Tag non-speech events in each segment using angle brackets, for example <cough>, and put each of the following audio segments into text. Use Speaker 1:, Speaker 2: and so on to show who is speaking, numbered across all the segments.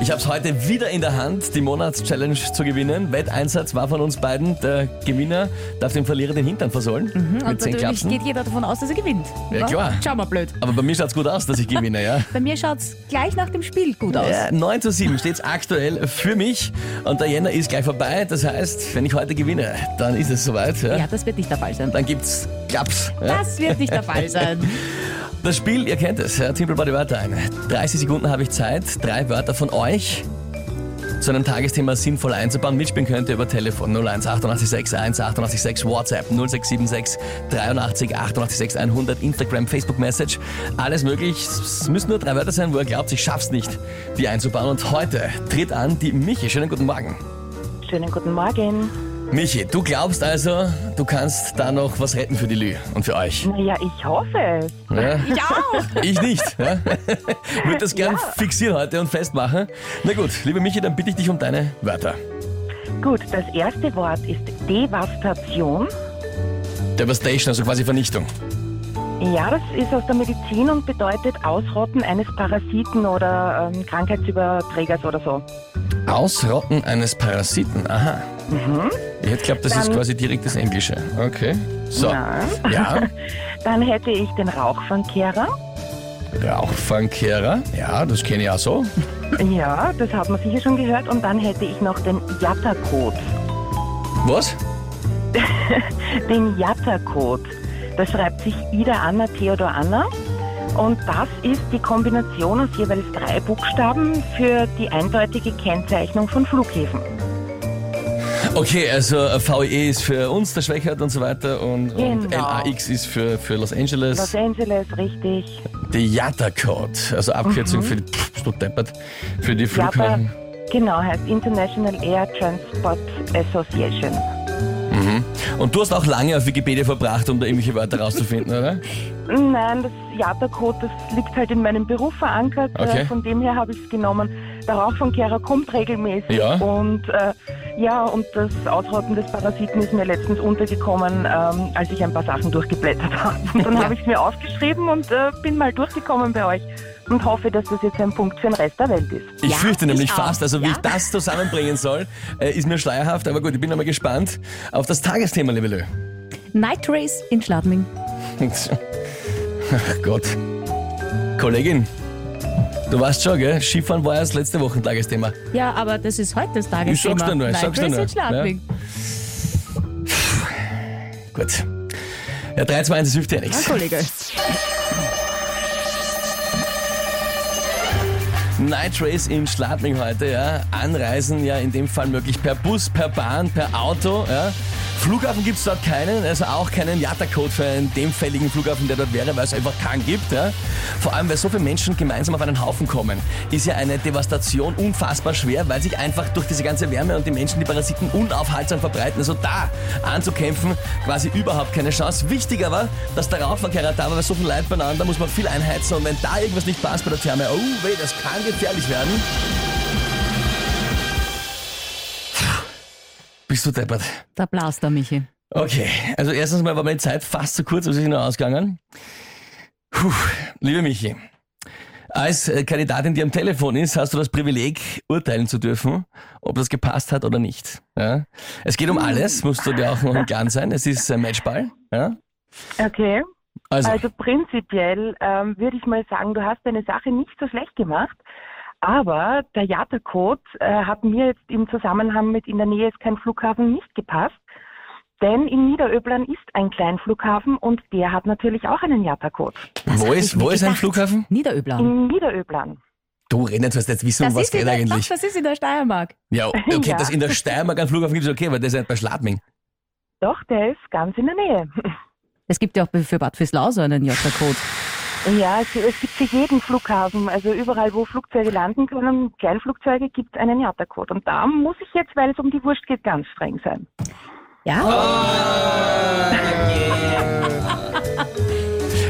Speaker 1: Ich habe es heute wieder in der Hand, die Monatschallenge zu gewinnen. Wetteinsatz war von uns beiden. Der Gewinner darf dem Verlierer den Hintern versohlen. mit
Speaker 2: Und
Speaker 1: 10
Speaker 2: also natürlich
Speaker 1: Klapsen.
Speaker 2: geht jeder davon aus, dass er gewinnt.
Speaker 1: Ja, klar.
Speaker 2: Schau mal blöd.
Speaker 1: Aber bei mir schaut's gut aus, dass ich gewinne, ja?
Speaker 2: Bei mir schaut es gleich nach dem Spiel gut aus.
Speaker 1: Ja, 9 zu 7 steht es aktuell für mich und der Jänner ist gleich vorbei. Das heißt, wenn ich heute gewinne, dann ist es soweit. Ja?
Speaker 2: Ja, das wird nicht der Fall sein.
Speaker 1: Dann gibt's Klaps. Ja?
Speaker 2: Das wird
Speaker 1: <laughs>
Speaker 2: nicht der Fall sein.
Speaker 1: Das Spiel, ihr kennt es, ja, Timpel bei die Wörter ein. 30 Sekunden habe ich Zeit, drei Wörter von euch zu einem Tagesthema sinnvoll einzubauen. Mitspielen könnt ihr über Telefon 01886 18886 WhatsApp 0676 83 886 100 Instagram, Facebook Message. Alles möglich. Es müssen nur drei Wörter sein, wo ihr glaubt, ich schaff's nicht, die einzubauen. Und heute tritt an die Michi. Schönen guten Morgen.
Speaker 3: Schönen guten Morgen.
Speaker 1: Michi, du glaubst also, du kannst da noch was retten für die Lü und für euch.
Speaker 3: Naja, ich hoffe es.
Speaker 1: Ja?
Speaker 2: Ich auch.
Speaker 1: Ich nicht.
Speaker 3: <laughs>
Speaker 1: Ja? Würde das gern fixieren heute und festmachen. Na gut, liebe Michi, dann bitte ich dich um deine Wörter.
Speaker 3: Gut, das erste Wort ist Devastation.
Speaker 1: Devastation, also quasi Vernichtung.
Speaker 3: Ja, das ist aus der Medizin und bedeutet Ausrotten eines Parasiten oder ähm, Krankheitsüberträgers oder so.
Speaker 1: Ausrotten eines Parasiten. Aha. Ich hätte geglaubt, das ist
Speaker 3: Mhm. Dann-
Speaker 1: quasi direkt das Englische. Okay. So.
Speaker 3: Nein.
Speaker 1: <laughs> Ja.
Speaker 3: Dann hätte ich den Rauchfangkehrer.
Speaker 1: Rauchfangkehrer. Ja, das kenne ich auch so.
Speaker 3: Ja, das hat man sicher schon gehört. Und dann hätte ich noch den Jatterkot.
Speaker 1: Was?
Speaker 3: Den Jatterkot. Das schreibt sich Ida Anna Theodor Anna. Und das ist die Kombination aus jeweils drei Buchstaben für die eindeutige Kennzeichnung von Flughäfen.
Speaker 1: Okay, also äh, VE ist für uns der Schwächert und so weiter und, und
Speaker 3: Genau.
Speaker 1: LAX ist für, für Los Angeles.
Speaker 3: Los Angeles, richtig.
Speaker 1: Die Jatta-Code, also Abkürzung
Speaker 3: Mhm.
Speaker 1: für die, pff, du deppert, für die
Speaker 3: Jatta,
Speaker 1: Flughafen.
Speaker 3: genau, heißt International Air Transport Association.
Speaker 1: Und du hast auch lange auf Wikipedia verbracht, um da irgendwelche Wörter rauszufinden, oder?
Speaker 3: Nein, das Jatterkot, das liegt halt in meinem Beruf verankert.
Speaker 1: Okay.
Speaker 3: Äh, Von dem her habe ich es genommen. Der Rauch von Kera kommt regelmäßig.
Speaker 1: Ja.
Speaker 3: Und äh, ja, und das Ausrotten des Parasiten ist mir letztens untergekommen, ähm, als ich ein paar Sachen durchgeblättert <laughs> habe. Und dann habe ich es mir aufgeschrieben und äh, bin mal durchgekommen bei euch und hoffe, dass das jetzt ein Punkt für den Rest der Welt ist.
Speaker 1: Ich
Speaker 2: Ja,
Speaker 1: fürchte nämlich
Speaker 2: ich auch.
Speaker 1: fast, also wie
Speaker 2: Ja.
Speaker 1: ich das zusammenbringen soll, äh, ist mir schleierhaft, aber gut, ich bin einmal gespannt auf das Tagesthema, liebe Lö.
Speaker 2: Night Race in Schladming.
Speaker 1: Ach Gott. Kollegin, du weißt schon, gell? Skifahren war ja das letzte Woche ein Tagesthema.
Speaker 2: Ja, aber das ist heute das Tagesthema.
Speaker 1: sag's dir nur, ich
Speaker 2: Night
Speaker 1: sag's dir
Speaker 2: Race
Speaker 1: nur.
Speaker 2: in Schladming.
Speaker 1: Gut. Ja, 3, 2, 1, das hilft dir ja nichts.
Speaker 2: Kollege.
Speaker 1: Night Race in Schladming heute, ja. Anreisen ja in dem Fall möglich per Bus, per Bahn, per Auto, ja. Flughafen gibt's dort keinen, also auch keinen Jatta-Code für einen demfälligen Flughafen, der dort wäre, weil es einfach keinen gibt. Ja. Vor allem, weil so viele Menschen gemeinsam auf einen Haufen kommen, ist ja eine Devastation unfassbar schwer, weil sich einfach durch diese ganze Wärme und die Menschen die Parasiten unaufhaltsam verbreiten. Also da anzukämpfen, quasi überhaupt keine Chance. Wichtig aber, dass der Rauchverkehr da war, weil so viel Leid beieinander muss man viel einheizen und wenn da irgendwas nicht passt bei der Therme, oh weh, das kann gefährlich werden. Puh, Bist du deppert?
Speaker 2: Da blast er, Michi.
Speaker 1: Okay, also erstens mal war meine Zeit fast zu kurz, als ich noch ausgegangen. Puh, liebe Michi, als äh, Kandidatin, die am Telefon ist, hast du das Privileg, urteilen zu dürfen, ob das gepasst hat oder nicht. Ja? Es geht um
Speaker 2: Hm.
Speaker 1: alles, musst du dir auch noch im Klaren sein. Es ist ein Matchball. Ja?
Speaker 3: Okay.
Speaker 1: Also,
Speaker 3: Also prinzipiell ähm, würde ich mal sagen, du hast deine Sache nicht so schlecht gemacht. Aber der Jata-Code äh, hat mir jetzt im Zusammenhang mit in der Nähe ist kein Flughafen nicht gepasst. Denn in Niederöblern ist ein Kleinflughafen und der hat natürlich auch einen Jata-Code.
Speaker 1: wo
Speaker 2: hab
Speaker 1: ist,
Speaker 2: ich mir
Speaker 1: wo ist ein
Speaker 2: gedacht.
Speaker 1: Flughafen?
Speaker 2: Niederöblau.
Speaker 3: In Niederöblern.
Speaker 1: Du redest, was jetzt wissen, um was geht
Speaker 2: in der,
Speaker 1: eigentlich.
Speaker 2: Doch, das ist in der Steiermark.
Speaker 1: Ja,
Speaker 2: <laughs>
Speaker 1: okay,
Speaker 3: Ja.
Speaker 1: dass in der Steiermark einen Flughafen gibt, ist okay, weil das ist ja bei Schladming.
Speaker 3: Doch, der ist ganz in der Nähe. <laughs>
Speaker 2: Es gibt ja auch für Bad Fislau so einen J-Code.
Speaker 3: Ja, es, es gibt für jeden Flughafen, also überall, wo Flugzeuge landen können, Kleinflugzeuge, gibt es einen Jata-Code. Und da muss ich jetzt, weil es um die Wurst geht, ganz streng sein.
Speaker 1: Oh.
Speaker 2: Ja?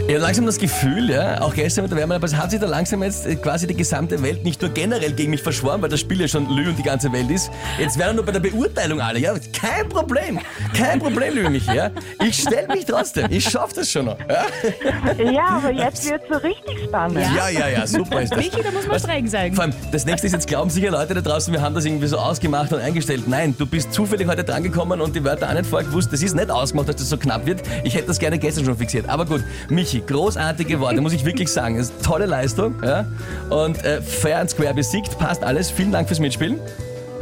Speaker 1: Ja, langsam das Gefühl, ja, auch gestern mit der Wärme, aber es hat sich da langsam jetzt äh, quasi die gesamte Welt nicht nur generell gegen mich verschworen, weil das Spiel ja schon Lü und die ganze Welt ist. Jetzt wären nur bei der Beurteilung alle, ja, kein Problem, kein Problem, Lü mich, ja. Ich stelle mich trotzdem, ich schaff das schon noch. Ja,
Speaker 3: Ja, aber jetzt wird so richtig spannend.
Speaker 1: ja, ja, ja, super ist das.
Speaker 2: Michi, da muss man streng sein.
Speaker 1: Vor allem, das nächste ist, jetzt glauben sicher Leute da draußen, wir haben das irgendwie so ausgemacht und eingestellt. Nein, du bist zufällig heute drangekommen und die Wörter auch nicht vorher gewusst. Das ist nicht ausgemacht, dass das so knapp wird. Ich hätte das gerne gestern schon fixiert. Aber gut, Michi, großartige Worte, muss ich wirklich sagen. Das ist eine tolle Leistung. Ja? Und äh, fair and square besiegt, passt alles. Vielen Dank fürs Mitspielen.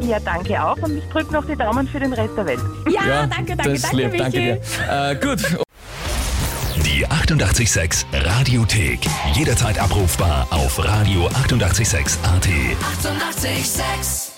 Speaker 3: Ja, danke auch und ich drücke noch die Daumen für den Rest der Welt.
Speaker 2: Ja, danke, danke,
Speaker 1: das
Speaker 2: danke,
Speaker 1: lebt.
Speaker 2: Michi.
Speaker 1: Danke dir. Äh, gut,
Speaker 4: Die 886 Radiothek. Jederzeit abrufbar auf radio886.at. 886!
Speaker 5: 886